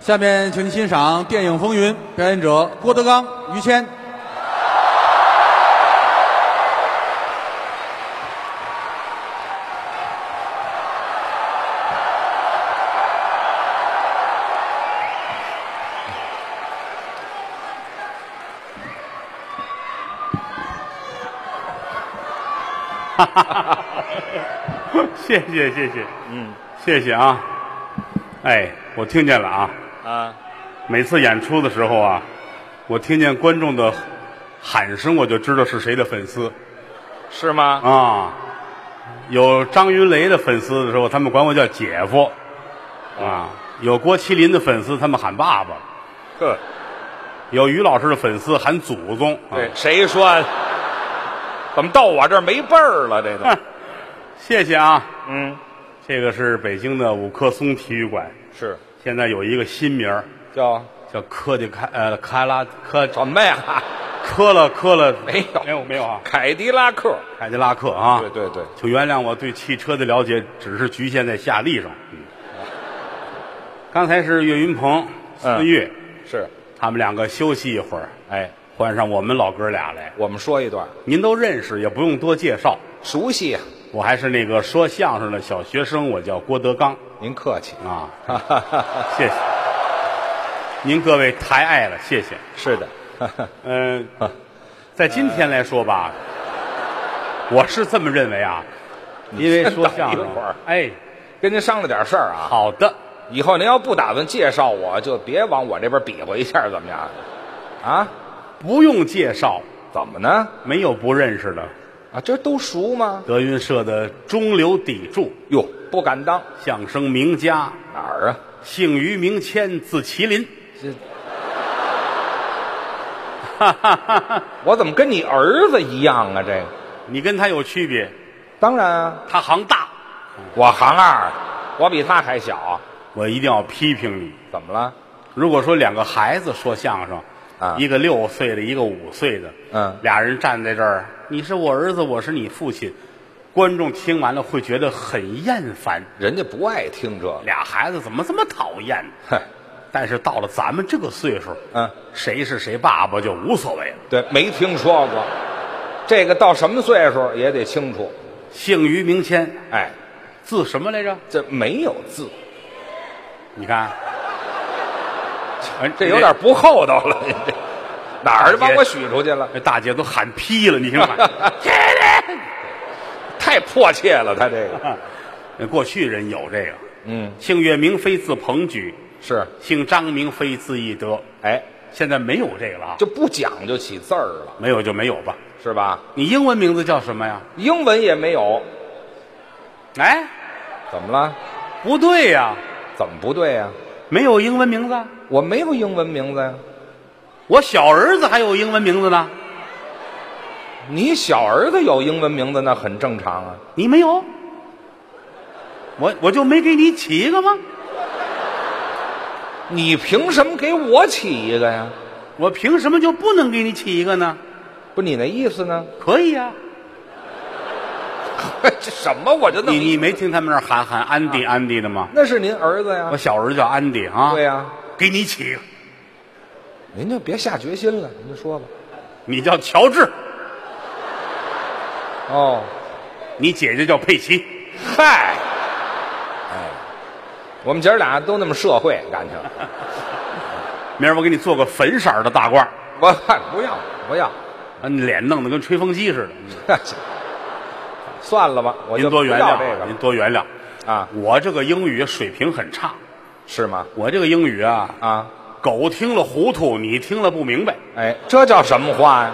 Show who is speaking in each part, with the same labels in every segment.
Speaker 1: 下面，请您欣赏电影《风云》，表演者郭德纲、于谦。
Speaker 2: 谢谢谢谢，嗯，谢谢啊。哎，我听见了啊。
Speaker 3: 啊，
Speaker 2: 每次演出的时候啊，我听见观众的喊声，我就知道是谁的粉丝
Speaker 3: 是吗？
Speaker 2: 啊。有张云雷的粉丝的时候，他们管我叫姐夫啊；有郭麒麟的粉丝，他们喊爸爸；
Speaker 3: 呵，
Speaker 2: 有于老师的粉丝喊祖宗。啊
Speaker 3: 对，谁说？怎么到我这儿没辈儿了？这都，
Speaker 2: 谢谢啊。
Speaker 3: 嗯，
Speaker 2: 这个是北京的五棵松体育馆，
Speaker 3: 是
Speaker 2: 现在有一个新名儿
Speaker 3: 叫
Speaker 2: 叫科迪开呃卡拉科
Speaker 3: 什 么呀？
Speaker 2: 科了科了
Speaker 3: 没有
Speaker 2: 没有没有啊，
Speaker 3: 凯迪拉克，
Speaker 2: 凯迪拉克啊，
Speaker 3: 对对对，
Speaker 2: 请原谅我对汽车的了解只是局限在夏利上。嗯，刚才是岳云鹏、孙越、
Speaker 3: 是，
Speaker 2: 他们两个休息一会儿，
Speaker 3: 哎，
Speaker 2: 换上我们老哥俩来。
Speaker 3: 我们说一段，
Speaker 2: 您都认识，也不用多介绍。
Speaker 3: 熟悉啊，
Speaker 2: 我还是那个说相声的小学生，我叫郭德纲
Speaker 3: 您客气，
Speaker 2: 啊，谢谢您各位抬爱了，谢谢。
Speaker 3: 是的， 呃
Speaker 2: 嗯、 在今天来说吧，我是这么认为啊，因为说相声
Speaker 3: 呃你先等一会儿，
Speaker 2: 哎，
Speaker 3: 跟您商量点事儿啊。
Speaker 2: 好的，
Speaker 3: 以后您要不打算介绍我，就别往我这边比划一下，怎么样？啊？
Speaker 2: 不用介绍，
Speaker 3: 怎么呢？
Speaker 2: 没有不认识的。
Speaker 3: 啊，这都熟吗？
Speaker 2: 德云社的中流砥柱，
Speaker 3: 哟，不敢当，
Speaker 2: 相声名家，
Speaker 3: 哪儿啊？
Speaker 2: 姓于名谦，字麒麟。
Speaker 3: 这，我怎么跟你儿子一样啊？这个，
Speaker 2: 你跟他有区别，
Speaker 3: 当然啊，
Speaker 2: 他行大，
Speaker 3: 我行二，我比他还小，
Speaker 2: 我一定要批评你。
Speaker 3: 怎么了？
Speaker 2: 如果说两个孩子说相声，
Speaker 3: 啊
Speaker 2: 一个六岁的，一个五岁的，
Speaker 3: 嗯
Speaker 2: 俩人站在这儿，你是我儿子，我是你父亲，观众听完了会觉得很厌烦，
Speaker 3: 人家不爱听这个，
Speaker 2: 俩孩子怎么这么讨厌呢？
Speaker 3: 哼，
Speaker 2: 但是到了咱们这个岁数，
Speaker 3: 嗯，
Speaker 2: 谁是谁爸爸就无所谓了。
Speaker 3: 对，没听说过，这个到什么岁数也得清楚。
Speaker 2: 姓于名谦，
Speaker 3: 哎，
Speaker 2: 字什么来着？
Speaker 3: 这没有字，
Speaker 2: 你看，哎，
Speaker 3: 这有点不厚道了，您 这哪儿把我许出去了？
Speaker 2: 这哎大姐都喊劈了，你 听吗？
Speaker 3: 太迫切了，他这 个，
Speaker 2: 呃过去人有这个，
Speaker 3: 嗯，
Speaker 2: 姓岳名飞，字鹏举，
Speaker 3: 是，
Speaker 2: 姓张名飞，字翼德。
Speaker 3: 哎，
Speaker 2: 现在没有这个了啊，
Speaker 3: 就不讲究起字儿了，
Speaker 2: 没有就没有吧。
Speaker 3: 是吧？
Speaker 2: 你英文名字叫什么呀？
Speaker 3: 英文也没有，
Speaker 2: 哎，
Speaker 3: 怎么了？
Speaker 2: 不对呀、
Speaker 3: 怎么不对呀、
Speaker 2: 没有英文名字啊。
Speaker 3: 我没有英文名字呀、
Speaker 2: 我小儿子还有英文名字呢，
Speaker 3: 你小儿子有英文名字那很正常啊。
Speaker 2: 你没有？我我就没给你起一个吗？
Speaker 3: 你凭什么给我起一个呀？
Speaker 2: 我凭什么就不能给你起一个呢？
Speaker 3: 不，你那意思呢？
Speaker 2: 可以啊，
Speaker 3: 这什么？我就弄
Speaker 2: 你你没听他们那儿喊喊安迪安迪的吗？
Speaker 3: 那是您儿子呀
Speaker 2: 我。小儿子叫安迪啊，
Speaker 3: 啊对呀、
Speaker 2: 给你起一个，
Speaker 3: 您就别下决心了，您就说吧。
Speaker 2: 你叫乔治，
Speaker 3: 哦，
Speaker 2: 你姐姐叫佩奇，
Speaker 3: 嗨，哎，我们姐儿俩都那么社会感情。
Speaker 2: 明儿我给你做个粉色儿的大褂儿，
Speaker 3: 我不要不要，
Speaker 2: 把你脸弄得跟吹风机似的。
Speaker 3: 算了吧，我就
Speaker 2: 您多
Speaker 3: 不
Speaker 2: 原
Speaker 3: 要
Speaker 2: 谅，啊
Speaker 3: 这个
Speaker 2: 您
Speaker 3: 了
Speaker 2: 多原谅。
Speaker 3: 啊，
Speaker 2: 我这个英语水平很差，
Speaker 3: 是吗？
Speaker 2: 我这个英语啊，
Speaker 3: 啊，
Speaker 2: 狗听了糊涂，你听了不明白，
Speaker 3: 哎，这叫什么话呀？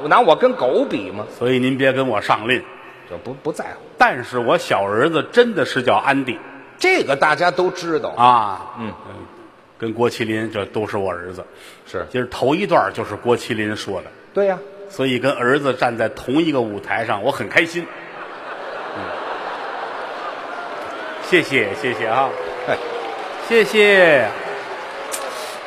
Speaker 3: 我拿我跟狗比吗？
Speaker 2: 所以您别跟我上吝。
Speaker 3: 就不不在乎。
Speaker 2: 但是我小儿子真的是叫安迪
Speaker 3: 这个大家都知道，
Speaker 2: 啊，
Speaker 3: 嗯，
Speaker 2: 跟郭麒麟这都是我儿子。
Speaker 3: 是
Speaker 2: 今儿头一段就是郭麒麟说的，
Speaker 3: 对呀、
Speaker 2: 所以跟儿子站在同一个舞台上，我很开心。嗯，谢谢谢谢啊
Speaker 3: 哎，
Speaker 2: 谢谢。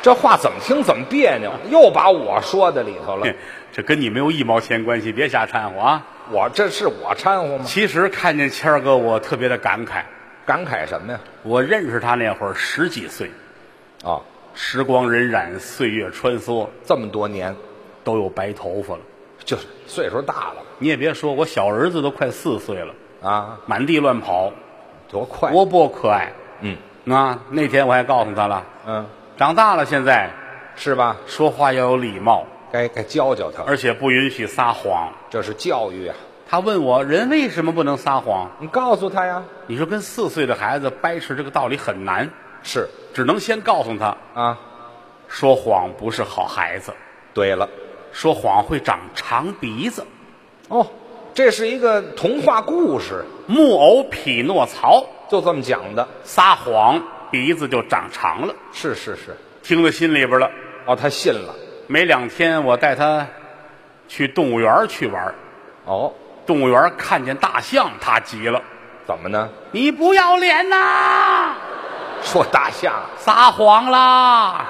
Speaker 3: 这话怎么听怎么别扭，又把我说在里头了
Speaker 2: 嘿。这跟你没有一毛钱关系，别瞎掺和啊！
Speaker 3: 我这是我掺和吗？
Speaker 2: 其实看见谦儿哥，我特别的感慨。
Speaker 3: 感慨什么呀？
Speaker 2: 我认识他那会儿十几岁，
Speaker 3: 哦，
Speaker 2: 时光荏苒，岁月穿梭，
Speaker 3: 这么多年，
Speaker 2: 都有白头发了。
Speaker 3: 就是岁数大了
Speaker 2: 你也别说，我小儿子都快四岁了，
Speaker 3: 啊，
Speaker 2: 满地乱跑，
Speaker 3: 多快，
Speaker 2: 活泼可爱。
Speaker 3: 嗯
Speaker 2: 啊，那天我还告诉他了，
Speaker 3: 嗯，
Speaker 2: 长大了现在
Speaker 3: 是吧？
Speaker 2: 说话要有礼貌，
Speaker 3: 该该教教他，
Speaker 2: 而且不允许撒谎。
Speaker 3: 这是教育啊！
Speaker 2: 他问我，人为什么不能撒谎？
Speaker 3: 你告诉他呀，
Speaker 2: 你说跟四岁的孩子掰扯这个道理很难，
Speaker 3: 是
Speaker 2: 只能先告诉他，
Speaker 3: 啊，
Speaker 2: 说谎不是好孩子，
Speaker 3: 对了，
Speaker 2: 说谎会长长鼻子。
Speaker 3: 哦，这是一个童话故事，
Speaker 2: 木偶匹诺曹
Speaker 3: 就这么讲的，
Speaker 2: 撒谎，鼻子就长长了，
Speaker 3: 是是是，
Speaker 2: 听到心里边了。
Speaker 3: 哦，他信了，
Speaker 2: 没两天，我带他去动物园去玩，
Speaker 3: 哦，
Speaker 2: 动物园看见大象，他急了
Speaker 3: 怎么呢？：“
Speaker 2: 你不要脸呐！
Speaker 3: 说大象，啊
Speaker 2: 撒谎 啦！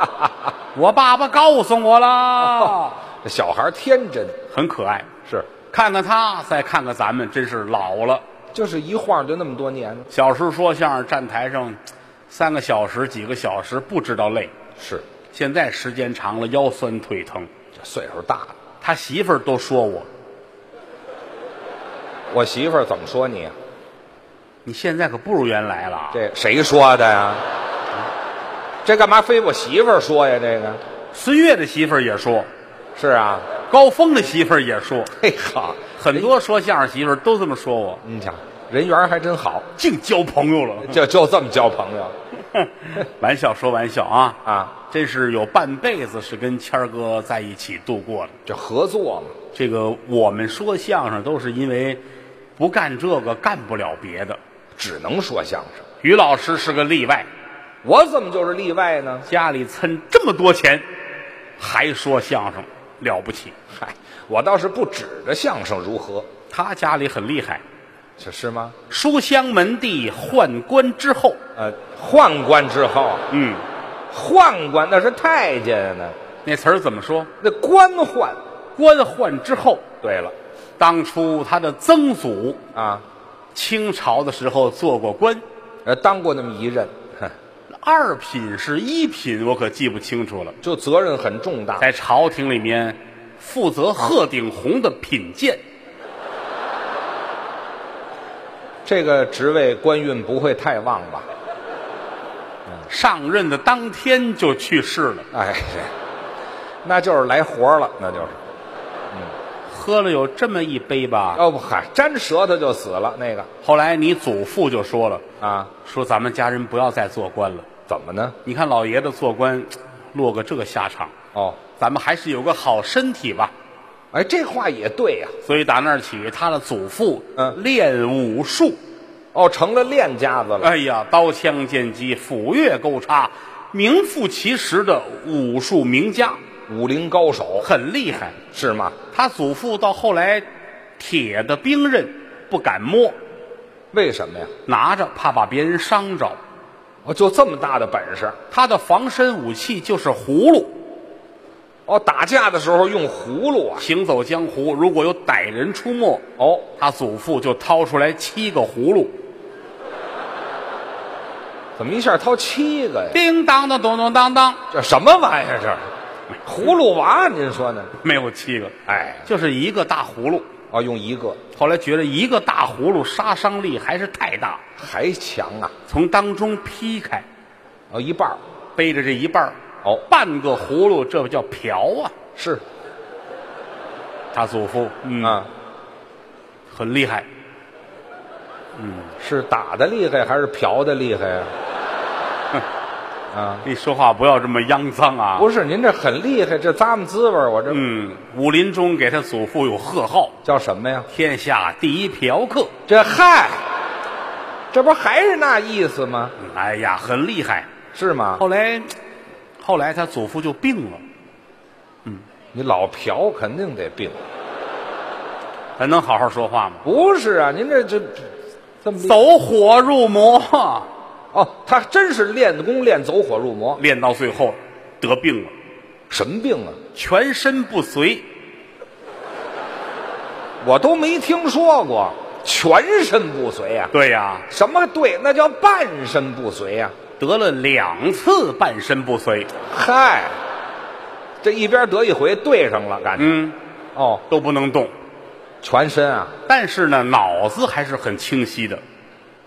Speaker 2: 我爸爸告诉我了。
Speaker 3: 这小孩天真，”
Speaker 2: 很可爱，
Speaker 3: 是，
Speaker 2: 看看他，再看看咱们，真是老了。
Speaker 3: 就是一晃就那么多年，
Speaker 2: 小时候说相声，站台上三个小时、几个小时，不知道累。
Speaker 3: 是，
Speaker 2: 现在时间长了，腰酸腿疼。
Speaker 3: 这岁数大了。
Speaker 2: 他媳妇儿都说我，
Speaker 3: 我媳妇儿怎么说你啊？
Speaker 2: 你现在可不如原来了啊。
Speaker 3: 这谁说的呀？嗯这干嘛非我媳妇儿说呀？这个
Speaker 2: 孙越的媳妇儿也说，
Speaker 3: 是啊，
Speaker 2: 高峰的媳妇儿也说，
Speaker 3: 嘿好，
Speaker 2: 很多说相声媳妇儿都这么说我，
Speaker 3: 你瞧人缘儿还真好，
Speaker 2: 净交朋友 了。
Speaker 3: 就就这么交朋友
Speaker 2: 玩笑说玩笑啊
Speaker 3: 啊，
Speaker 2: 真是有半辈子是跟谦儿哥在一起度过的。
Speaker 3: 这合作嘛，
Speaker 2: 这个我们说相声都是因为不干这个干不了别的，
Speaker 3: 只能说相声。
Speaker 2: 于老师是个例外，
Speaker 3: 我怎么就是例外呢？
Speaker 2: 家里趁这么多钱还说相声，了不起。
Speaker 3: 嗨，我倒是不指着相声如何，
Speaker 2: 他家里很厉害，
Speaker 3: 这是吗？
Speaker 2: 书香门第，宦官之后，
Speaker 3: 呃，宦官之后，
Speaker 2: 嗯，
Speaker 3: 宦官那是太监啊呢，
Speaker 2: 那词儿怎么说？
Speaker 3: 那官宦。
Speaker 2: 官宦之后，
Speaker 3: 对了
Speaker 2: 当初他的曾祖
Speaker 3: 啊，
Speaker 2: 清朝的时候做过官，
Speaker 3: 呃，当过那么一任， 哼
Speaker 2: 二品是一品，我可记不清楚了。
Speaker 3: 就责任很重大。
Speaker 2: 在朝廷里面，负责鹤顶红的品鉴，
Speaker 3: 这个职位官运不会太旺吧？
Speaker 2: 上任的当天就去世了，
Speaker 3: 哎， 那就是来活了，那就是。
Speaker 2: 喝了有这么一杯吧。
Speaker 3: 哦要不嗨，粘舌头就死了那个
Speaker 2: 后来你祖父就说了，
Speaker 3: 啊？
Speaker 2: 说咱们家人不要再做官了。
Speaker 3: 怎么呢？
Speaker 2: 你看老爷子做官，落个这个下场，
Speaker 3: 哦，
Speaker 2: 咱们还是有个好身体吧。
Speaker 3: 哎，这话也对呀、
Speaker 2: 所以打那儿起，他的祖父
Speaker 3: 嗯
Speaker 2: 练武术，
Speaker 3: 哦，成了练家子了。
Speaker 2: 哎呀，刀枪剑戟、斧钺钩叉，名副其实的武术名家，
Speaker 3: 武林高手
Speaker 2: 很厉害。
Speaker 3: 是吗？
Speaker 2: 他祖父到后来，铁的兵刃不敢摸，
Speaker 3: 为什么呀？
Speaker 2: 拿着怕把别人伤着。
Speaker 3: 哦，就这么大的本事。
Speaker 2: 他的防身武器就是葫芦，
Speaker 3: 哦，打架的时候用葫芦啊。
Speaker 2: 行走江湖如果有歹人出没，
Speaker 3: 哦，
Speaker 2: 他祖父就掏出来七个葫芦，
Speaker 3: 怎么一下掏七个呀？
Speaker 2: 叮当当咚咚当当，哎
Speaker 3: 这什么玩意儿？这是葫芦娃？您说呢？
Speaker 2: 没有七个，
Speaker 3: 哎，
Speaker 2: 就是一个大葫芦。
Speaker 3: 哦，用一个
Speaker 2: 后来觉得一个大葫芦杀伤力还是太大，
Speaker 3: 还强啊。
Speaker 2: 从当中劈开，
Speaker 3: 哦，一半儿
Speaker 2: 背着这一半儿
Speaker 3: 哦，
Speaker 2: 半个葫芦，这叫瓢啊！
Speaker 3: 是
Speaker 2: 他祖父，嗯，
Speaker 3: 啊，
Speaker 2: 很厉害，
Speaker 3: 是打的厉害还是嫖的厉害呀、啊？
Speaker 2: 你说话不要这么肮脏啊！
Speaker 3: 不是，您这很厉害，这咂摸滋味儿我这、
Speaker 2: 嗯，武林中给他祖父有贺号，
Speaker 3: 叫什么呀？
Speaker 2: 天下第一嫖客。
Speaker 3: 这嗨，这不还是那意思吗？
Speaker 2: 嗯哎呀，很厉害。
Speaker 3: 是吗？
Speaker 2: 后来，后来他祖父就病了，
Speaker 3: 你老嫖肯定得病。
Speaker 2: 还能好好说话吗？
Speaker 3: 不是啊，您这这这么厉
Speaker 2: 走火入魔，
Speaker 3: 哦，他真是练功练走火入魔，
Speaker 2: 练到最后得病了，
Speaker 3: 什么病啊？
Speaker 2: 全身不遂。
Speaker 3: 我都没听说过，全身不遂啊。
Speaker 2: 对呀、
Speaker 3: 什么对？那叫半身不遂呀、啊
Speaker 2: 得了两次半身不遂，
Speaker 3: 嗨，这一边得一回对上了，感觉、
Speaker 2: 嗯，
Speaker 3: 哦，
Speaker 2: 都不能动。
Speaker 3: 全身啊，
Speaker 2: 但是呢，脑子还是很清晰的，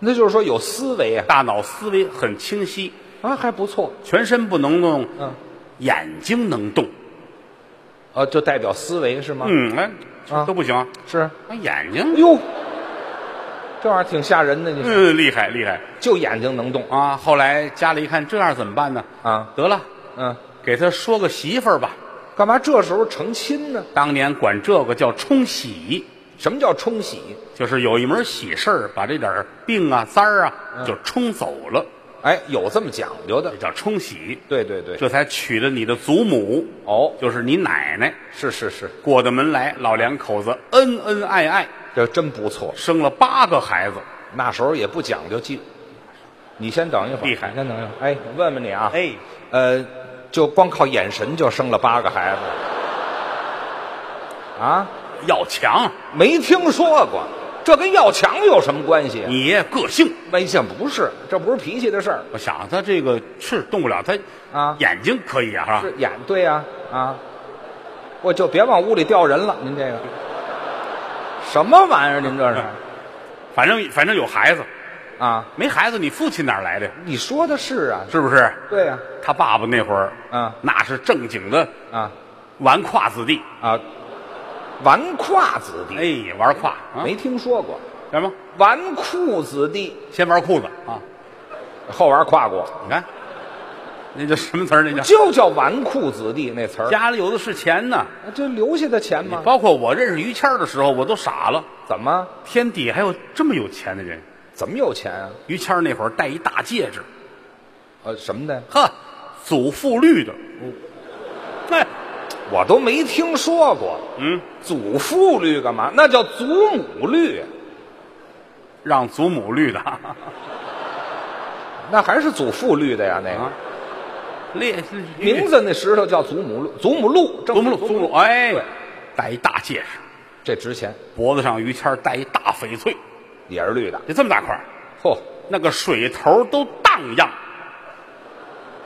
Speaker 3: 那就是说有思维啊，
Speaker 2: 大脑思维很清晰，
Speaker 3: 啊还不错，
Speaker 2: 全身不能动，
Speaker 3: 嗯，
Speaker 2: 眼睛能动。
Speaker 3: 呃，就代表思维是吗？，
Speaker 2: 嗯，哎，
Speaker 3: 啊
Speaker 2: 都不行啊，
Speaker 3: 是。
Speaker 2: 啊眼睛，
Speaker 3: 哟，这玩意儿挺吓人的，你说
Speaker 2: 嗯，厉害厉害
Speaker 3: 就眼睛能动
Speaker 2: 啊！后来家里一看这样怎么办呢？
Speaker 3: 啊？
Speaker 2: 得了，
Speaker 3: 嗯，
Speaker 2: 给他说个媳妇儿吧。
Speaker 3: 干嘛这时候成亲呢？
Speaker 2: 当年管这个叫冲喜，
Speaker 3: 什么叫冲洗？
Speaker 2: 就是有一门喜事儿，把这点儿病啊、灾儿啊就冲走了，
Speaker 3: 哎，有这么讲究的
Speaker 2: 这？叫冲喜。
Speaker 3: 对对对，
Speaker 2: 这才娶了你的祖母，
Speaker 3: 哦，
Speaker 2: 就是你奶奶，
Speaker 3: 是是是，
Speaker 2: 过得门来，老两口子恩恩爱爱，
Speaker 3: 这真不错。
Speaker 2: 生了八个孩子。
Speaker 3: 那时候也不讲究技，你先等一会儿，
Speaker 2: 厉害
Speaker 3: 你先等一会儿。哎，我问问你啊，
Speaker 2: 哎，
Speaker 3: 呃，就光靠眼神就生了八个孩子，啊，
Speaker 2: 要强，
Speaker 3: 没听说过，这跟要强有什么关系啊？
Speaker 2: 你爷个性。
Speaker 3: 没这不是，这不是脾气的事儿。
Speaker 2: 我想他这个是动不了，他
Speaker 3: 啊
Speaker 2: 眼睛可以啊，是吧？
Speaker 3: 是眼对呀啊我就别往屋里调人了。您这个什么玩意儿？您这是
Speaker 2: 反正反正有孩子，
Speaker 3: 啊？
Speaker 2: 没孩子你父亲哪儿来的？
Speaker 3: 你说的是啊，
Speaker 2: 是不是？
Speaker 3: 对呀
Speaker 2: 他爸爸那会儿，
Speaker 3: 嗯
Speaker 2: 那是正经的
Speaker 3: 啊
Speaker 2: 纨绔子弟，
Speaker 3: 啊，纨绔子弟、
Speaker 2: 哎，玩胯啊，
Speaker 3: 没听说过，
Speaker 2: 什么？
Speaker 3: 纨绔子弟
Speaker 2: 先玩裤子啊，
Speaker 3: 后玩跨过，
Speaker 2: 你看，那叫什么词儿？那叫
Speaker 3: 就叫纨绔子弟那词儿，啊
Speaker 2: 家里有的是钱呢。
Speaker 3: 这留下的钱吗？
Speaker 2: 包括我认识于谦儿的时候，我都傻了，
Speaker 3: 怎么
Speaker 2: 天底下还有这么有钱的人。
Speaker 3: 怎么有钱啊？
Speaker 2: 于谦儿那会儿戴一大戒指，
Speaker 3: 呃，什么的，
Speaker 2: 呵，祖父绿的，
Speaker 3: 哦
Speaker 2: 哎，
Speaker 3: 我都没听说过。
Speaker 2: 嗯，
Speaker 3: 祖父绿干嘛？那叫祖母绿，
Speaker 2: 让祖母 绿的，
Speaker 3: 那还是祖父绿的呀？那个。
Speaker 2: 啊列
Speaker 3: 名字那石头叫祖母鹿，祖母鹿，正
Speaker 2: 祖母绿
Speaker 3: 是
Speaker 2: 祖母绿，哎
Speaker 3: 对，
Speaker 2: 戴一大戒指，
Speaker 3: 这值钱，
Speaker 2: 脖子上于谦儿戴一大翡翠，
Speaker 3: 也是绿的。
Speaker 2: 就这么大块儿，
Speaker 3: 嚯、
Speaker 2: 那个水头都荡漾。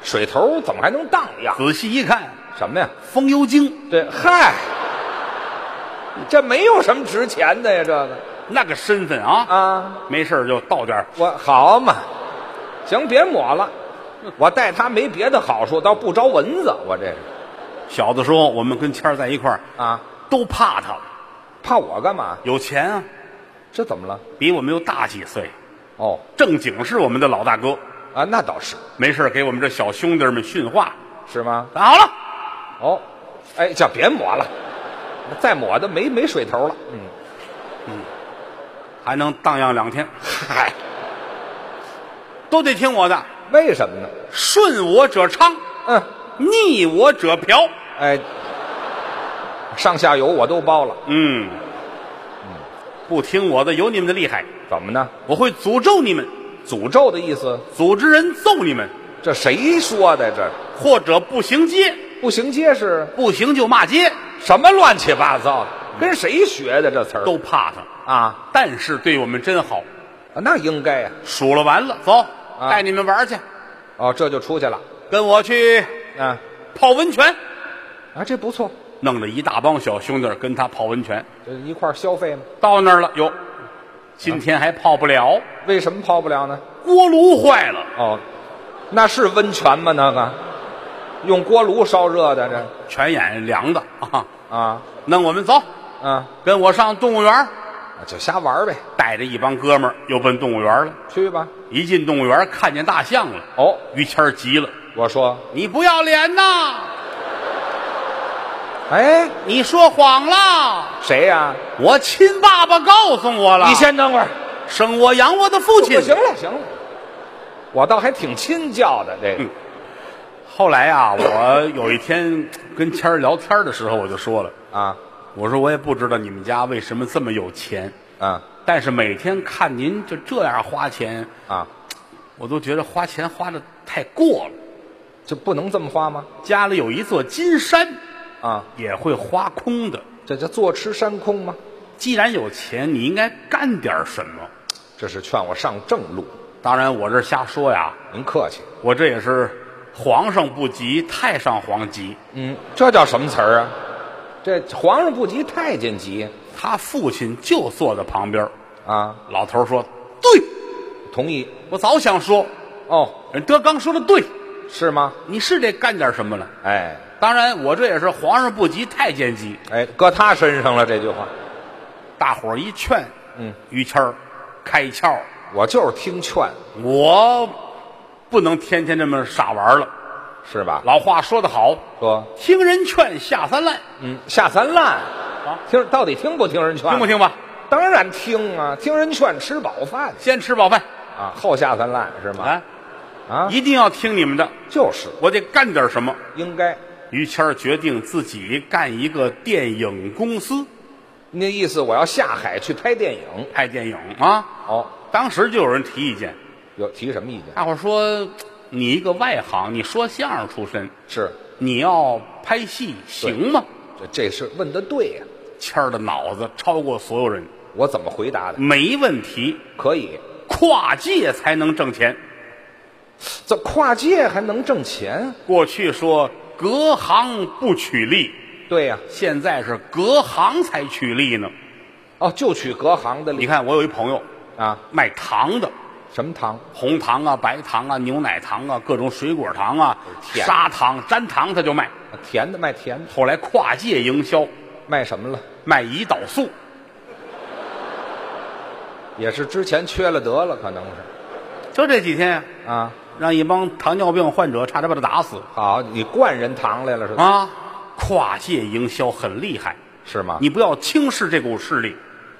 Speaker 3: 水头怎么还能荡漾？
Speaker 2: 仔细一看，
Speaker 3: 什么呀？
Speaker 2: 风油精
Speaker 3: 这嗨，这没有什么值钱的呀，这个
Speaker 2: 那个身份啊，
Speaker 3: 啊，
Speaker 2: 没事儿就倒点儿
Speaker 3: 我好嘛，行，别抹了。我带它没别的好处，倒不招蚊子。我这是
Speaker 2: 小的时候，我们跟谦儿在一块儿，
Speaker 3: 啊，
Speaker 2: 都怕他，
Speaker 3: 怕我干嘛？
Speaker 2: 有钱啊，
Speaker 3: 这怎么了？
Speaker 2: 比我们又大几岁，
Speaker 3: 哦
Speaker 2: 正经是我们的老大哥，
Speaker 3: 啊，那倒是
Speaker 2: 没事儿给我们这小兄弟们训话。
Speaker 3: 是吗？
Speaker 2: 打好了，
Speaker 3: 哦，哎，叫别抹了，再抹的没没水头了。嗯，
Speaker 2: 还能荡漾两天，
Speaker 3: 嗨，
Speaker 2: 都得听我的，
Speaker 3: 为什么呢？
Speaker 2: 顺我者昌，
Speaker 3: 嗯，
Speaker 2: 逆我者嫖。
Speaker 3: 哎，上下游我都包了，
Speaker 2: 嗯，不听我的，有你们的厉害，
Speaker 3: 怎么呢？
Speaker 2: 我会诅咒你们，
Speaker 3: 诅咒的意思？
Speaker 2: 组织人揍你们，
Speaker 3: 这谁说的？这
Speaker 2: 或者不行街，
Speaker 3: 不行街是
Speaker 2: 不行就骂街，
Speaker 3: 什么乱七八糟的？跟谁学的这词儿？
Speaker 2: 都怕他。
Speaker 3: 啊，
Speaker 2: 但是对我们真好，
Speaker 3: 那应该呀、
Speaker 2: 数了完了，走，
Speaker 3: 啊
Speaker 2: 带你们玩去，
Speaker 3: 哦，这就出去了。
Speaker 2: 跟我去
Speaker 3: 啊
Speaker 2: 泡温泉。
Speaker 3: 啊，这不错，
Speaker 2: 弄了一大帮小兄弟儿跟他泡温泉，
Speaker 3: 这一块儿消费嘛。
Speaker 2: 到那儿了，哟，今天还泡不了，
Speaker 3: 为什么泡不了呢？
Speaker 2: 锅炉坏了，
Speaker 3: 哦，那是温泉吗？那个用锅炉烧热的这
Speaker 2: 泉眼凉的啊。
Speaker 3: 啊
Speaker 2: 弄我们走，
Speaker 3: 啊，
Speaker 2: 跟我上动物园儿，
Speaker 3: 就瞎玩儿呗，
Speaker 2: 带着一帮哥们儿又奔动物园了。
Speaker 3: 去吧。
Speaker 2: 一进动物园，看见大象了，
Speaker 3: 哦，
Speaker 2: 于谦儿急了
Speaker 3: 我说，：“
Speaker 2: 你不要脸呐！
Speaker 3: 哎，
Speaker 2: 你说谎啦！
Speaker 3: 谁呀、
Speaker 2: 我亲爸爸告诉我了，
Speaker 3: 你先等会儿。
Speaker 2: 生我养我的父亲
Speaker 3: 不。行了，行了，我倒还挺亲教的这个。
Speaker 2: 嗯后来啊，我有一天跟谦儿聊天的时候，我就说了，
Speaker 3: 啊
Speaker 2: 我说我也不知道你们家为什么这么有钱，
Speaker 3: 啊
Speaker 2: 但是每天看您就这样花钱，
Speaker 3: 啊，
Speaker 2: 我都觉得花钱花的太过了。
Speaker 3: 就不能这么花吗？
Speaker 2: 家里有一座金山，
Speaker 3: 啊，
Speaker 2: 也会花空的。
Speaker 3: 这叫坐吃山空吗？
Speaker 2: 既然有钱，你应该干点什么。
Speaker 3: 这是劝我上正路。
Speaker 2: 当然，我这瞎说呀，
Speaker 3: 您客气，
Speaker 2: 我这也是皇上不急，太上皇急。
Speaker 3: 嗯，这叫什么词儿啊？这皇上不急，太监急
Speaker 2: 他父亲就坐在旁边儿
Speaker 3: 啊！
Speaker 2: 老头儿说：“对，
Speaker 3: 同意
Speaker 2: 我早想说，
Speaker 3: 哦，
Speaker 2: 人德刚说的对，
Speaker 3: 是吗？
Speaker 2: 你是得干点什么了。
Speaker 3: 哎
Speaker 2: 当然，我这也是皇上不急，太监急。
Speaker 3: 哎，搁他身上了这句话，
Speaker 2: 大伙儿一劝，
Speaker 3: 嗯，
Speaker 2: 于谦儿开窍，
Speaker 3: 我就是听劝，
Speaker 2: 我不能天天这么傻玩了。
Speaker 3: 是吧？
Speaker 2: 老话说得好，
Speaker 3: 说，
Speaker 2: 听人劝，下三滥，
Speaker 3: 嗯，下三滥，
Speaker 2: 啊
Speaker 3: 听到底听不听人劝？
Speaker 2: 听不？听吧？
Speaker 3: 当然听啊，听人劝吃饱饭
Speaker 2: 先吃饱饭，
Speaker 3: 啊，后下三滥是吗？
Speaker 2: 啊，
Speaker 3: 啊，
Speaker 2: 一定要听你们的，
Speaker 3: 就是
Speaker 2: 我得干点什么。
Speaker 3: 应该。
Speaker 2: 于谦儿决定自己干一个电影公司，
Speaker 3: 那意思我要下海去拍电影。
Speaker 2: 拍电影啊。
Speaker 3: 哦，
Speaker 2: 当时就有人提意见，
Speaker 3: 有提什么意见？
Speaker 2: 大伙儿说：“你一个外行，你说相声出身，
Speaker 3: 是，
Speaker 2: 你要拍戏行吗
Speaker 3: 这这是问的对呀、？”
Speaker 2: 谦儿的脑子超过所有人，
Speaker 3: 我怎么回答的？
Speaker 2: 没问题，
Speaker 3: 可以，
Speaker 2: 跨界才能挣钱。
Speaker 3: 这跨界还能挣钱？
Speaker 2: 过去说隔行不取利，
Speaker 3: 对呀、
Speaker 2: 现在是隔行才取利呢。
Speaker 3: 哦，就取隔行的
Speaker 2: 你
Speaker 3: 例
Speaker 2: 看，我有一朋友
Speaker 3: 啊，
Speaker 2: 卖糖的，
Speaker 3: 什么糖？
Speaker 2: 红糖啊、白糖啊、牛奶糖啊、各种水果糖啊、
Speaker 3: 天
Speaker 2: 砂糖、粘糖，他就卖。
Speaker 3: 啊甜的卖甜的，
Speaker 2: 后来跨界营销，
Speaker 3: 卖什么了？
Speaker 2: 卖胰岛素。
Speaker 3: 也是之前缺了得了，可能是
Speaker 2: 就这几天呀、
Speaker 3: 啊。
Speaker 2: 让一帮糖尿病患者差点把他打死
Speaker 3: 好，你灌人糖来了是吧？
Speaker 2: 啊！跨界营销很厉害，
Speaker 3: 是吗？
Speaker 2: 你不要轻视这股势力。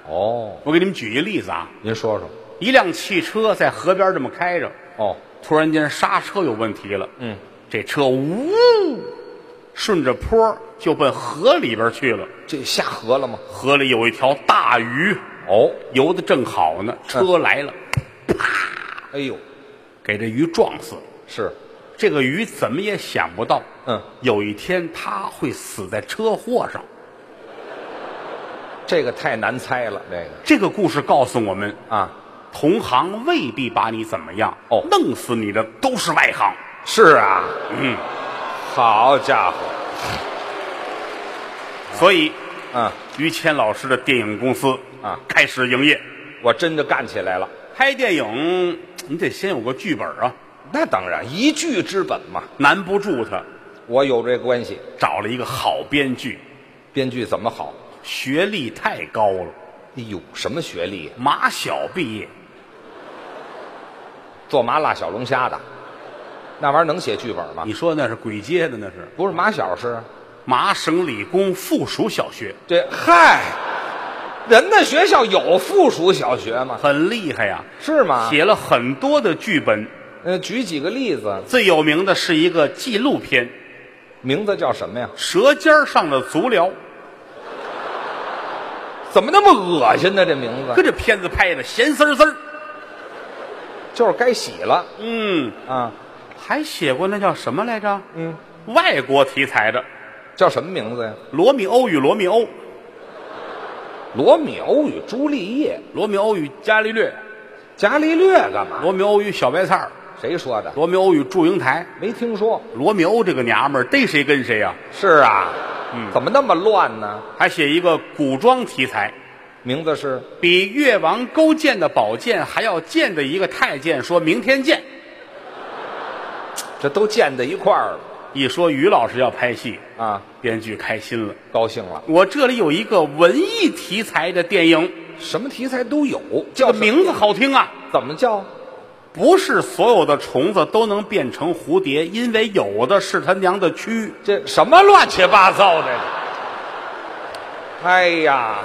Speaker 3: 哦，
Speaker 2: 我给你们举一例子啊，
Speaker 3: 您说说。
Speaker 2: 一辆汽车在河边这么开着，
Speaker 3: 哦，
Speaker 2: 突然间刹车有问题了，
Speaker 3: 嗯，
Speaker 2: 这车呜，顺着坡就奔河里边去了。
Speaker 3: 这下河了吗？
Speaker 2: 河里有一条大鱼，
Speaker 3: 哦，嗯
Speaker 2: 游的正好呢，车来了，
Speaker 3: 哎呦，
Speaker 2: 给这鱼撞死了。
Speaker 3: 是，
Speaker 2: 这个鱼怎么也想不到，
Speaker 3: 嗯，
Speaker 2: 有一天它会死在车祸上。
Speaker 3: 这个太难猜了，这个
Speaker 2: 这个故事告诉我们，
Speaker 3: 啊，
Speaker 2: 同行未必把你怎么样，
Speaker 3: 哦
Speaker 2: 弄死你的都是外行。
Speaker 3: 是啊，
Speaker 2: 嗯，
Speaker 3: 好家伙，
Speaker 2: 所以
Speaker 3: 啊，
Speaker 2: 于谦老师的电影公司
Speaker 3: 啊
Speaker 2: 开始营业，
Speaker 3: 我真的干起来了。
Speaker 2: 拍电影你得先有个剧本啊，
Speaker 3: 那当然，一剧之本嘛，
Speaker 2: 难不住他
Speaker 3: 我有这关系。
Speaker 2: 找了一个好编剧，
Speaker 3: 编剧怎么好？
Speaker 2: 学历太高了，
Speaker 3: 哎呦，什么学历呀、
Speaker 2: 马小毕业，
Speaker 3: 做麻辣小龙虾的，那玩意儿能写剧本吗？
Speaker 2: 你说那是鬼街的那是
Speaker 3: 不是马小是？
Speaker 2: 麻省理工附属小学，
Speaker 3: 这嗨，人的学校有附属小学吗？
Speaker 2: 很厉害呀、
Speaker 3: 是吗？
Speaker 2: 写了很多的剧本，
Speaker 3: 呃，举几个例子，
Speaker 2: 最有名的是一个纪录片。
Speaker 3: 名字叫什么呀？
Speaker 2: 舌尖儿上的足疗，
Speaker 3: 怎么那么恶心呢？这名字
Speaker 2: 跟这片子拍的咸丝丝儿。
Speaker 3: 就是该洗了
Speaker 2: 嗯，
Speaker 3: 啊。
Speaker 2: 还写过那叫什么来着？
Speaker 3: 嗯，
Speaker 2: 外国题材的《
Speaker 3: 叫什么名字呀？
Speaker 2: 罗密欧与罗密欧》《
Speaker 3: 罗密欧与朱丽叶，
Speaker 2: 罗密欧与伽利略》
Speaker 3: 伽利略干
Speaker 2: 《
Speaker 3: 嘛？
Speaker 2: 罗密欧与小白菜儿》
Speaker 3: 谁说的？
Speaker 2: 《罗密欧与祝英台
Speaker 3: 没听说。》。
Speaker 2: 罗密欧这个娘们儿逮谁跟谁呀、
Speaker 3: 是啊，怎么那么乱呢？
Speaker 2: 还写一个古装题材，
Speaker 3: 名字是
Speaker 2: 比越王勾践的宝剑还要贱的一个太监，说明天见。
Speaker 3: 这都建在一块儿了
Speaker 2: 一说于老师要拍戏，
Speaker 3: 啊，
Speaker 2: 编剧开心了，
Speaker 3: 高兴了。
Speaker 2: 我这里有一个文艺题材的电影。
Speaker 3: 什么题材都有，
Speaker 2: 这
Speaker 3: 叫什么
Speaker 2: 名字好听啊！
Speaker 3: 怎么叫？
Speaker 2: 不是所有的虫子都能变成蝴蝶，因为有的是他娘的蛆。
Speaker 3: 这什么乱七八糟的？哎呀，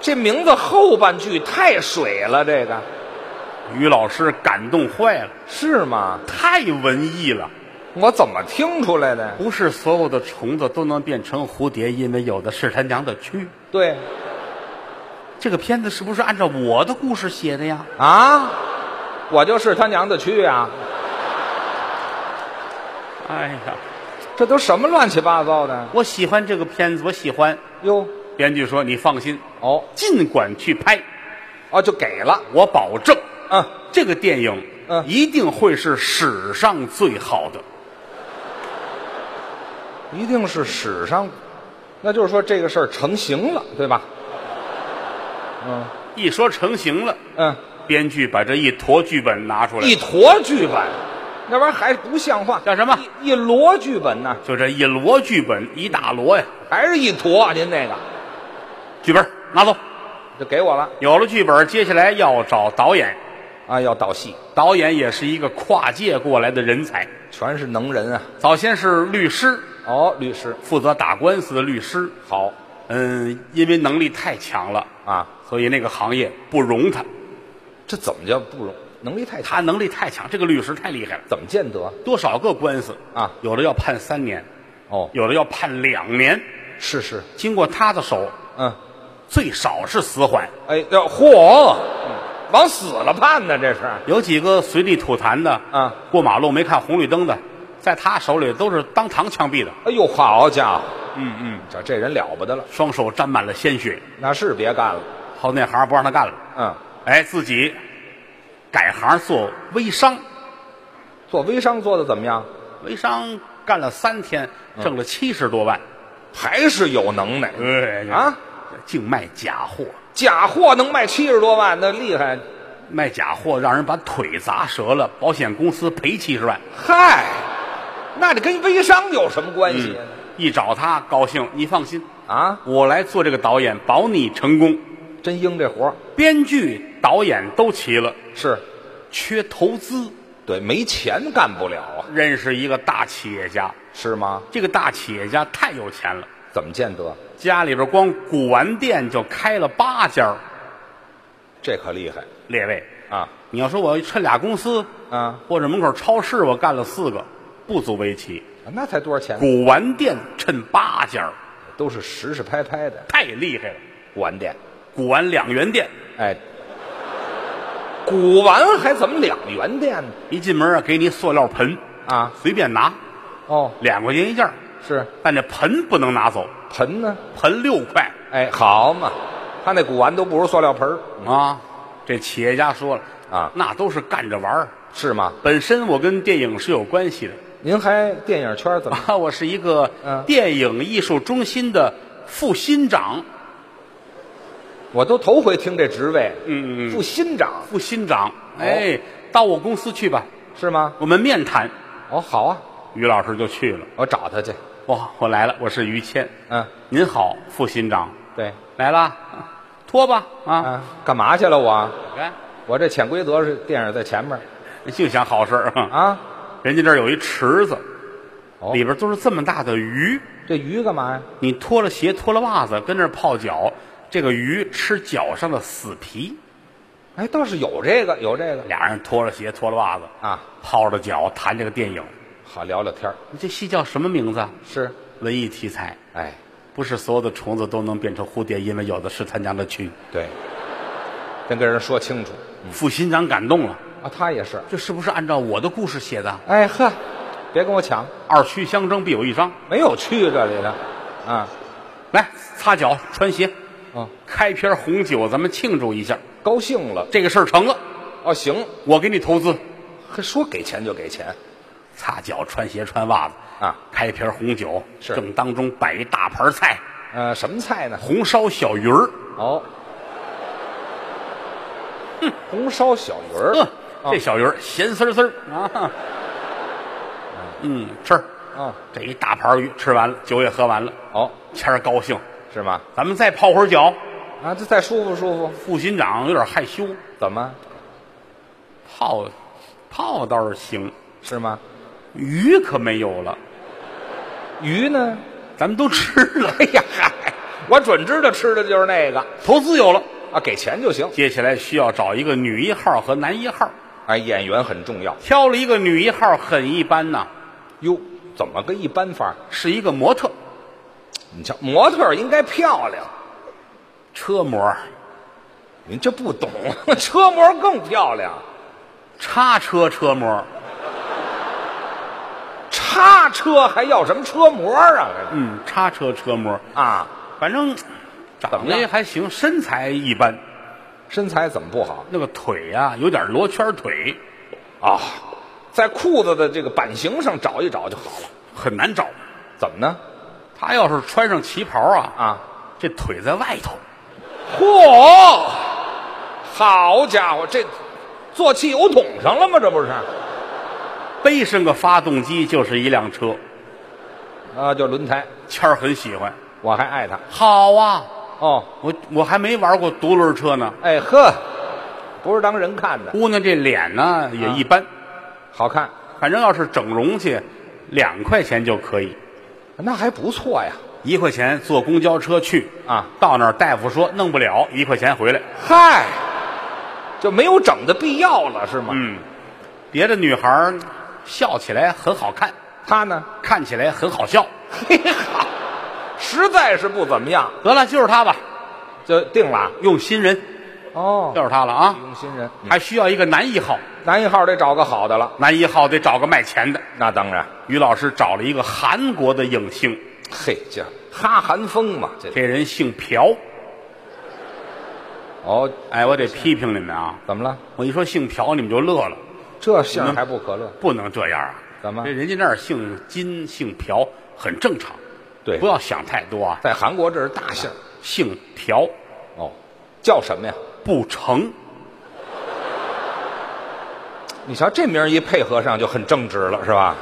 Speaker 3: 这名字后半句太水了，这个
Speaker 2: 于老师感动坏了，
Speaker 3: 是吗？
Speaker 2: 太文艺了。
Speaker 3: 我怎么听出来的？
Speaker 2: 不是所有的虫子都能变成蝴蝶，因为有的是他娘的蛆。
Speaker 3: 对
Speaker 2: 这个片子是不是按照我的故事写的呀？
Speaker 3: 啊，我就是他娘的去啊！
Speaker 2: 哎呀，
Speaker 3: 这都什么乱七八糟的？
Speaker 2: 我喜欢这个片子，我喜欢。
Speaker 3: 哟，
Speaker 2: 编剧说：“你放心，
Speaker 3: 哦
Speaker 2: 尽管去拍，
Speaker 3: 哦，就给了，
Speaker 2: 我保证，
Speaker 3: 嗯，
Speaker 2: 这个电影
Speaker 3: 嗯
Speaker 2: 一定会是史上最好的。
Speaker 3: 一定是史上，那就是说这个事儿成型了，对吧？嗯
Speaker 2: 一说成型了，
Speaker 3: 嗯，
Speaker 2: 编剧把这一坨剧本拿出来
Speaker 3: 一，坨剧本，那玩意儿还不像话，
Speaker 2: 叫什么
Speaker 3: 一一摞剧本呢，
Speaker 2: 就这一摞剧本，一大摞呀，
Speaker 3: 还是一坨？啊您这个
Speaker 2: 剧本拿走。
Speaker 3: 就给我了
Speaker 2: 有了剧本，接下来要找导演，
Speaker 3: 啊！要导戏，
Speaker 2: 导演也是一个跨界过来的人才。
Speaker 3: 全是能人啊！
Speaker 2: 早先是律师，
Speaker 3: 哦，律师
Speaker 2: 负责打官司的律师。
Speaker 3: 好
Speaker 2: 嗯，因为能力太强了，
Speaker 3: 啊，
Speaker 2: 所以那个行业不容他。
Speaker 3: 这怎么叫不容？能力太强，
Speaker 2: 他能力太强，这个律师太厉害了，
Speaker 3: 怎么见得？
Speaker 2: 多少个官司
Speaker 3: 啊
Speaker 2: 有的要判三年，
Speaker 3: 哦，
Speaker 2: 有的要判两年。
Speaker 3: 是是，
Speaker 2: 经过他的手，
Speaker 3: 嗯，
Speaker 2: 最少是死缓，
Speaker 3: 哎，要嚯，往死了判呢，这是
Speaker 2: 有几个随地吐痰的，
Speaker 3: 啊，
Speaker 2: 过马路没看红绿灯的，在他手里都是当堂枪毙的，
Speaker 3: 哎呦，好家伙，嗯嗯，这这人了不得了，
Speaker 2: 双手沾满了鲜血。
Speaker 3: 那是别干了，
Speaker 2: 好那行不让他干了，
Speaker 3: 嗯，
Speaker 2: 哎，自己改行做微商，
Speaker 3: 做微商做的怎么样？
Speaker 2: 微商干了三天，挣了七十多万，
Speaker 3: 还是有能耐，
Speaker 2: 哎
Speaker 3: 啊，
Speaker 2: 净卖假货，
Speaker 3: 假货能卖七十多万，那厉害，
Speaker 2: 卖假货让人把腿砸折了，保险公司赔七十万。
Speaker 3: 嗨，那这跟微商有什么关系呢、
Speaker 2: 一找他高兴，你放心，
Speaker 3: 啊？
Speaker 2: 我来做这个导演，保你成功。
Speaker 3: 真应这活儿
Speaker 2: 编剧、导演都齐了，
Speaker 3: 是，
Speaker 2: 缺投资。
Speaker 3: 对，没钱干不了啊，
Speaker 2: 认识一个大企业家，
Speaker 3: 是吗？
Speaker 2: 这个大企业家太有钱了，
Speaker 3: 怎么见得？
Speaker 2: 家里边光古玩店就开了八家儿。
Speaker 3: 这可厉害
Speaker 2: 列位，
Speaker 3: 啊
Speaker 2: 你要说我趁俩公司，
Speaker 3: 啊！
Speaker 2: 或者门口超市，我干了四个，不足为奇。
Speaker 3: 那才多少钱？
Speaker 2: 古玩店趁八家儿，
Speaker 3: 都是实实拍拍的
Speaker 2: 太厉害了。
Speaker 3: 古玩店，
Speaker 2: 古玩两元店，
Speaker 3: 哎，古玩还怎么两元店呢？
Speaker 2: 一进门啊，给你塑料盆，
Speaker 3: 啊，
Speaker 2: 随便拿，
Speaker 3: 哦，
Speaker 2: 两块钱一件儿，
Speaker 3: 是
Speaker 2: 但这盆不能拿走，
Speaker 3: 盆呢？
Speaker 2: 盆六块
Speaker 3: 哎，好嘛，他那古玩都不如塑料盆儿，
Speaker 2: 啊。这企业家说了
Speaker 3: 啊
Speaker 2: 那都是干着玩儿。
Speaker 3: 是吗？
Speaker 2: 本身我跟电影是有关系的，
Speaker 3: 您还电影圈怎么？
Speaker 2: 啊， 我是一个
Speaker 3: 嗯
Speaker 2: 电影艺术中心的副新长，
Speaker 3: 我都头回听这职位，
Speaker 2: 嗯嗯嗯
Speaker 3: 副新长
Speaker 2: 副新长，哎，到我公司去吧，
Speaker 3: 是吗？
Speaker 2: 我们面谈。
Speaker 3: 哦，好啊，
Speaker 2: 于老师就去了，
Speaker 3: 我找他去。
Speaker 2: 哇，我来了，我是于谦，
Speaker 3: 嗯，
Speaker 2: 您好，副新长，
Speaker 3: 对，
Speaker 2: 来啦，啊脱吧啊，
Speaker 3: 啊，干嘛去了我？
Speaker 2: 来，
Speaker 3: 我这潜规则是电影在前面
Speaker 2: 净想好事儿啊
Speaker 3: 啊。
Speaker 2: 人家这儿有一池子，
Speaker 3: 哦
Speaker 2: 里边都是这么大的鱼，
Speaker 3: 这鱼干嘛呀？
Speaker 2: 你脱了鞋、脱了袜子，跟那儿泡脚，这个鱼吃脚上的死皮。
Speaker 3: 哎，倒是有这个，有这个
Speaker 2: 俩人脱了鞋、脱了袜子，
Speaker 3: 啊。
Speaker 2: 泡着脚谈这个电影。
Speaker 3: 好聊聊天儿
Speaker 2: 你这戏叫什么名字啊？
Speaker 3: 是，
Speaker 2: 文艺题材，
Speaker 3: 哎，
Speaker 2: 不是所有的虫子都能变成蝴蝶，因为有的是他娘的蛆。
Speaker 3: 对，先跟人说清楚
Speaker 2: 副新长感动了，
Speaker 3: 啊。他也是，
Speaker 2: 这是不是按照我的故事写的？
Speaker 3: 哎呵，别跟我抢，
Speaker 2: 二虚相争，必有一伤。
Speaker 3: 没有去这里的啊。
Speaker 2: 来，擦脚穿鞋，
Speaker 3: 哦，
Speaker 2: 开瓶红酒，咱们庆祝一下。
Speaker 3: 高兴了
Speaker 2: 这个事儿成了，
Speaker 3: 哦，行，
Speaker 2: 我给你投资。
Speaker 3: 还说给钱就给钱
Speaker 2: 擦脚、穿鞋、穿袜子
Speaker 3: 啊，
Speaker 2: 开瓶红酒，
Speaker 3: 是
Speaker 2: 正当中摆一大盘菜，
Speaker 3: 呃，什么菜呢？
Speaker 2: 红烧小鱼儿。
Speaker 3: 哦，红烧小鱼儿
Speaker 2: 嗯，
Speaker 3: 啊
Speaker 2: 这小鱼儿咸丝丝儿啊，嗯，吃
Speaker 3: 啊，
Speaker 2: 这一大盘鱼吃完了，酒也喝完了，
Speaker 3: 哦，
Speaker 2: 谦儿高兴，
Speaker 3: 是吗？
Speaker 2: 咱们再泡会儿脚。
Speaker 3: 啊，这再舒服舒服，
Speaker 2: 副新长有点害羞，
Speaker 3: 怎么
Speaker 2: 泡泡倒是行，
Speaker 3: 是吗？
Speaker 2: 鱼可没有了，
Speaker 3: 鱼呢？
Speaker 2: 咱们都吃了。 哎呀，嗨，
Speaker 3: 我准知道吃的就是那个
Speaker 2: 投资有了，
Speaker 3: 啊，给钱就行。
Speaker 2: 接下来需要找一个女一号和男一号，
Speaker 3: 哎，演员很重要
Speaker 2: 挑了一个女一号，很一般呐。
Speaker 3: 哟，怎么个一般法儿？
Speaker 2: 是一个模特，
Speaker 3: 你瞧，模特儿应该漂亮，
Speaker 2: 车模、
Speaker 3: 你这不懂， 车模更漂亮，
Speaker 2: 叉车车模，
Speaker 3: 叉车还要什么车模啊？
Speaker 2: 嗯，叉车车模，
Speaker 3: 啊，
Speaker 2: 反正
Speaker 3: 怎
Speaker 2: 长
Speaker 3: 么
Speaker 2: 得
Speaker 3: 样
Speaker 2: 也还行，身材一般，
Speaker 3: 身材怎么不好？
Speaker 2: 那个腿呀、有点罗圈腿，啊，
Speaker 3: 在裤子的这个版型上找一找就好了。
Speaker 2: 很难找。
Speaker 3: 怎么呢？
Speaker 2: 他要是穿上旗袍啊，
Speaker 3: 啊，
Speaker 2: 这腿在外头，
Speaker 3: 嚯，好家伙，这坐汽油桶上了吗？这不是？
Speaker 2: 背上个发动机就是一辆车。
Speaker 3: 啊，就轮胎，
Speaker 2: 谦儿很喜欢，
Speaker 3: 我还爱它。
Speaker 2: 好啊，
Speaker 3: 哦，
Speaker 2: 我我还没玩过独轮车呢。
Speaker 3: 哎呵，不是当人看的，
Speaker 2: 姑娘这脸呢也一般，
Speaker 3: 好看，
Speaker 2: 反正要是整容去，两块钱就可以，
Speaker 3: 那还不错呀。
Speaker 2: 一块钱坐公交车去
Speaker 3: 啊
Speaker 2: 到那儿大夫说弄不了，一块钱回来。
Speaker 3: 嗨，就没有整的必要了，是吗？
Speaker 2: 嗯，别的女孩儿笑起来很好看，
Speaker 3: 他呢？
Speaker 2: 看起来很好笑。
Speaker 3: 嘿好，实在是不怎么样，
Speaker 2: 得了，就是她吧，
Speaker 3: 就定了。
Speaker 2: 用心人
Speaker 3: 哦，
Speaker 2: 就是她了啊。
Speaker 3: 用心人，
Speaker 2: 还需要一个男一号，
Speaker 3: 哎男一号得找个好的了。
Speaker 2: 男一号得找个卖钱的。
Speaker 3: 那当然，
Speaker 2: 于老师找了一个韩国的影星，
Speaker 3: 嘿，这哈韩风嘛，这
Speaker 2: 这人姓朴。
Speaker 3: 哦，
Speaker 2: 哎，我得批评你们啊！
Speaker 3: 怎么了？
Speaker 2: 我一说姓朴，你们就乐了，
Speaker 3: 这姓儿还不可乐？
Speaker 2: 不能这样啊！
Speaker 3: 怎么
Speaker 2: 这人家那儿姓金、姓朴很正常，
Speaker 3: 对
Speaker 2: 不要想太多啊。
Speaker 3: 在韩国这是大姓儿
Speaker 2: 姓朴
Speaker 3: 哦，叫什么呀？
Speaker 2: 不成，
Speaker 3: 你瞧这名儿一配合上就很正直了，是吧？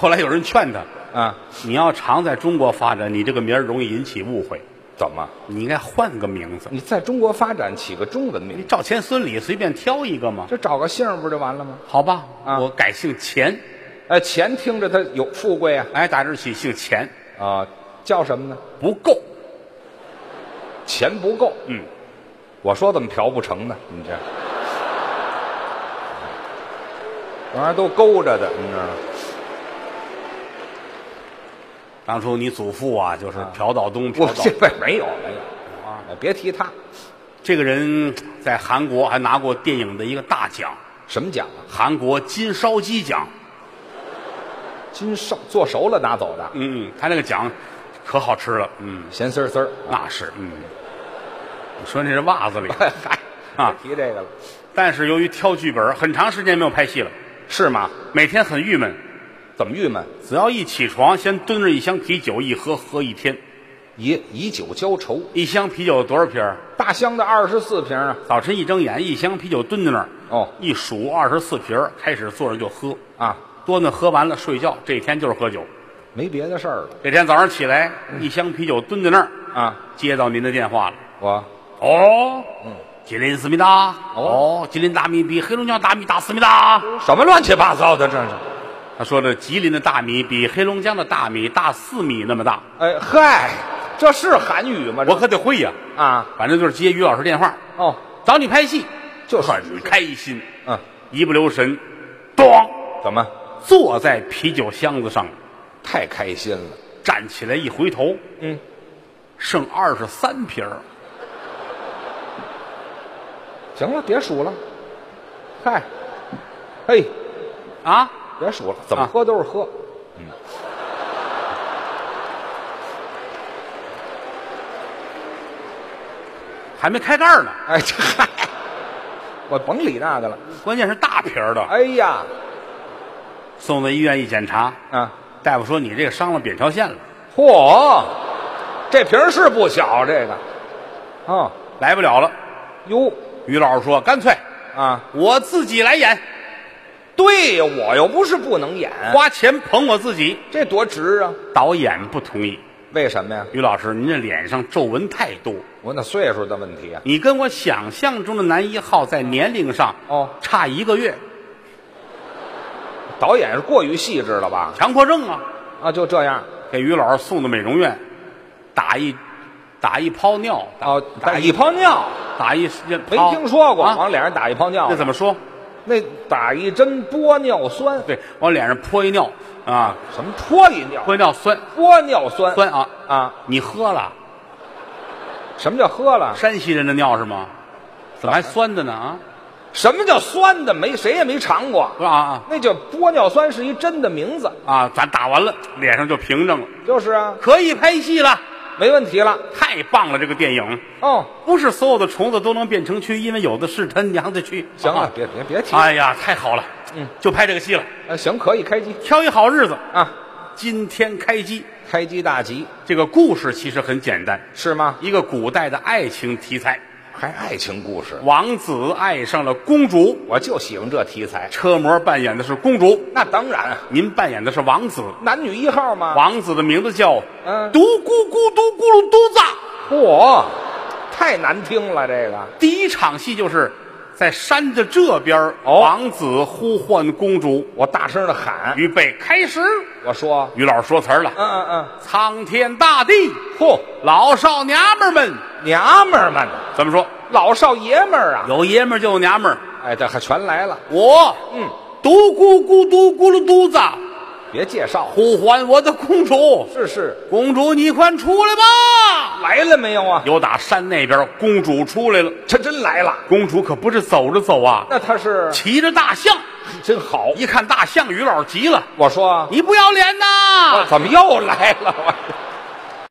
Speaker 2: 后来有人劝他，
Speaker 3: 啊，
Speaker 2: 你要常在中国发展，你这个名儿容易引起误会，
Speaker 3: 怎么？
Speaker 2: 你应该换个名字。
Speaker 3: 你在中国发展起个中文
Speaker 2: 你
Speaker 3: 名，
Speaker 2: 赵钱孙李随便挑一个嘛，
Speaker 3: 这找个姓儿不就完了吗？
Speaker 2: 好吧？
Speaker 3: 啊
Speaker 2: 我改姓钱，
Speaker 3: 哎，钱听着它有富贵啊
Speaker 2: 哎，打这儿起姓钱
Speaker 3: 啊，叫什么呢？
Speaker 2: 不够，
Speaker 3: 钱不够，
Speaker 2: 嗯，
Speaker 3: 我说怎么嫖不成呢？你这，玩意儿都勾着的，你知道吗？
Speaker 2: 当初你祖父啊，就是朴道东，朴
Speaker 3: 我
Speaker 2: 道
Speaker 3: 这不没有没有啊，别提他，
Speaker 2: 这个人在韩国还拿过电影的一个大奖，
Speaker 3: 什么奖啊？
Speaker 2: 韩国金烧鸡奖。
Speaker 3: 金寿做熟了拿走的，
Speaker 2: 嗯，他那个奖可好吃了。嗯，
Speaker 3: 咸丝丝儿。
Speaker 2: 那是。嗯，你说那是袜子里。
Speaker 3: 嗨，
Speaker 2: 啊
Speaker 3: 别提这个了，
Speaker 2: 但是由于挑剧本，很长时间没有拍戏了，
Speaker 3: 是吗？
Speaker 2: 每天很郁闷。
Speaker 3: 怎么郁闷？
Speaker 2: 只要一起床，先蹲着一箱啤酒，一喝喝一天。
Speaker 3: 以以酒浇愁，
Speaker 2: 一箱啤酒有多少瓶儿？
Speaker 3: 大箱的二十四瓶啊！
Speaker 2: 早晨一睁眼，一箱啤酒蹲在那儿，
Speaker 3: 哦
Speaker 2: 一数二十四瓶儿，开始坐着就喝，
Speaker 3: 啊，
Speaker 2: 多呢喝完了睡觉，这一天就是喝酒。
Speaker 3: 没别的事儿了
Speaker 2: 这天早上起来，一箱啤酒蹲在那儿，
Speaker 3: 嗯啊！
Speaker 2: 接到您的电话了。
Speaker 3: 我
Speaker 2: 哦，吉林思密达，
Speaker 3: 哦
Speaker 2: 哦，吉林大米比黑龙江大米大思密达。
Speaker 3: 什么乱七八糟的，这是？
Speaker 2: 他说的吉林的大米比黑龙江的大米大四米那么大，
Speaker 3: 哎嗨，这是韩语吗？这
Speaker 2: 我可得会呀、
Speaker 3: 啊
Speaker 2: 反正就是接于老师电话，
Speaker 3: 哦，
Speaker 2: 找你拍戏，
Speaker 3: 就是
Speaker 2: 很开心。
Speaker 3: 嗯，
Speaker 2: 一不留神，咣，
Speaker 3: 怎么
Speaker 2: 坐在啤酒箱子上，
Speaker 3: 太开心了？
Speaker 2: 站起来一回头，
Speaker 3: 嗯，
Speaker 2: 剩二十三瓶儿
Speaker 3: 行了，别数了。嗨，嘿，
Speaker 2: 啊，
Speaker 3: 别数了，怎么
Speaker 2: 啊
Speaker 3: 喝都是喝。
Speaker 2: 还没开盖儿呢。
Speaker 3: 哎，这嗨，我甭理那个了。
Speaker 2: 关键是大瓶儿的，
Speaker 3: 哎呀，
Speaker 2: 送到医院一检查，
Speaker 3: 啊，
Speaker 2: 大夫说你这个伤了扁桃腺了。
Speaker 3: 嚯，这瓶儿是不小，这个。哦，
Speaker 2: 来不了了。
Speaker 3: 哟，
Speaker 2: 于老师说：“干脆
Speaker 3: 啊，
Speaker 2: 我自己来演，
Speaker 3: 对呀，我又不是不能演，
Speaker 2: 花钱捧我自己。
Speaker 3: 这多值啊！”
Speaker 2: 导演不同意。
Speaker 3: 为什么呀？
Speaker 2: 于老师，您这脸上皱纹太多，
Speaker 3: 我那岁数的问题啊。
Speaker 2: 你跟我想象中的男一号在年龄上
Speaker 3: 哦，
Speaker 2: 差一个月，
Speaker 3: 导演是过于细致了吧？
Speaker 2: 强迫症啊！
Speaker 3: 啊，就这样。
Speaker 2: 给于老师送到美容院，打一打一泡尿，打
Speaker 3: 哦，打一泡尿，
Speaker 2: 打一
Speaker 3: 没听说过，
Speaker 2: 啊？
Speaker 3: 往脸上打一泡尿
Speaker 2: 这，怎么说？
Speaker 3: 那打一针玻尿酸，
Speaker 2: 对，往脸上泼一尿啊，
Speaker 3: 什么脱一尿，
Speaker 2: 泼一尿酸
Speaker 3: 玻尿酸
Speaker 2: 酸啊！
Speaker 3: 啊？
Speaker 2: 你喝了
Speaker 3: 什么叫喝了？
Speaker 2: 山西人的尿是吗？怎么还酸的呢啊？
Speaker 3: 什么叫酸的？没谁也没尝过，
Speaker 2: 不是啊啊！
Speaker 3: 那叫玻尿酸是一真的名字，
Speaker 2: 啊，咱打完了，脸上就平整了，
Speaker 3: 就是啊，
Speaker 2: 可以拍戏了。
Speaker 3: 没问题了。
Speaker 2: 太棒了！这个电影
Speaker 3: 哦，
Speaker 2: 不是所有的虫子都能变成蛆，因为有的是他娘的蛆。
Speaker 3: 行了
Speaker 2: 啊，
Speaker 3: 别别别提，
Speaker 2: 哎呀，太好了，
Speaker 3: 嗯，
Speaker 2: 就拍这个戏了，
Speaker 3: 呃行，可以开机
Speaker 2: 挑一好日子，
Speaker 3: 啊，
Speaker 2: 今天开机。
Speaker 3: 开机大吉
Speaker 2: 这个故事其实很简单，
Speaker 3: 是吗？
Speaker 2: 一个古代的爱情题材，
Speaker 3: 还爱情故事，
Speaker 2: 王子爱上了公主，
Speaker 3: 我就喜欢这题材。
Speaker 2: 车模扮演的是公主，
Speaker 3: 那当然啊，
Speaker 2: 您扮演的是王子，
Speaker 3: 男女一号嘛。
Speaker 2: 王子的名字叫
Speaker 3: 嗯
Speaker 2: 独咕咕嘟咕噜嘟子。
Speaker 3: 嚯，太难听了这个。
Speaker 2: 第一场戏就是在山的这边儿，
Speaker 3: 哦
Speaker 2: 王子呼唤公主，
Speaker 3: 我大声的喊，
Speaker 2: 预备开始。
Speaker 3: 我说，
Speaker 2: 于老师说词儿了，
Speaker 3: 嗯嗯
Speaker 2: 苍天大地，
Speaker 3: 嗯，嚯，
Speaker 2: 老少娘们儿们
Speaker 3: 娘们儿们，
Speaker 2: 怎么说？
Speaker 3: 老少爷们儿啊，
Speaker 2: 有爷们儿就有娘们儿。
Speaker 3: 哎，这还全来了。
Speaker 2: 我
Speaker 3: 嗯，
Speaker 2: 独咕咕嘟咕噜嘟子，
Speaker 3: 别介绍，
Speaker 2: 呼唤我的公主，
Speaker 3: 是是，
Speaker 2: 公主你快出来吧！
Speaker 3: 来了没有啊？
Speaker 2: 有打山那边，公主出来了。
Speaker 3: 这真来了，
Speaker 2: 公主可不是走着走啊，
Speaker 3: 那他是
Speaker 2: 骑着大象。
Speaker 3: 真好。
Speaker 2: 一看大象，于老师急了
Speaker 3: 我说：“啊
Speaker 2: 你不要脸呐！
Speaker 3: 怎么又来了？我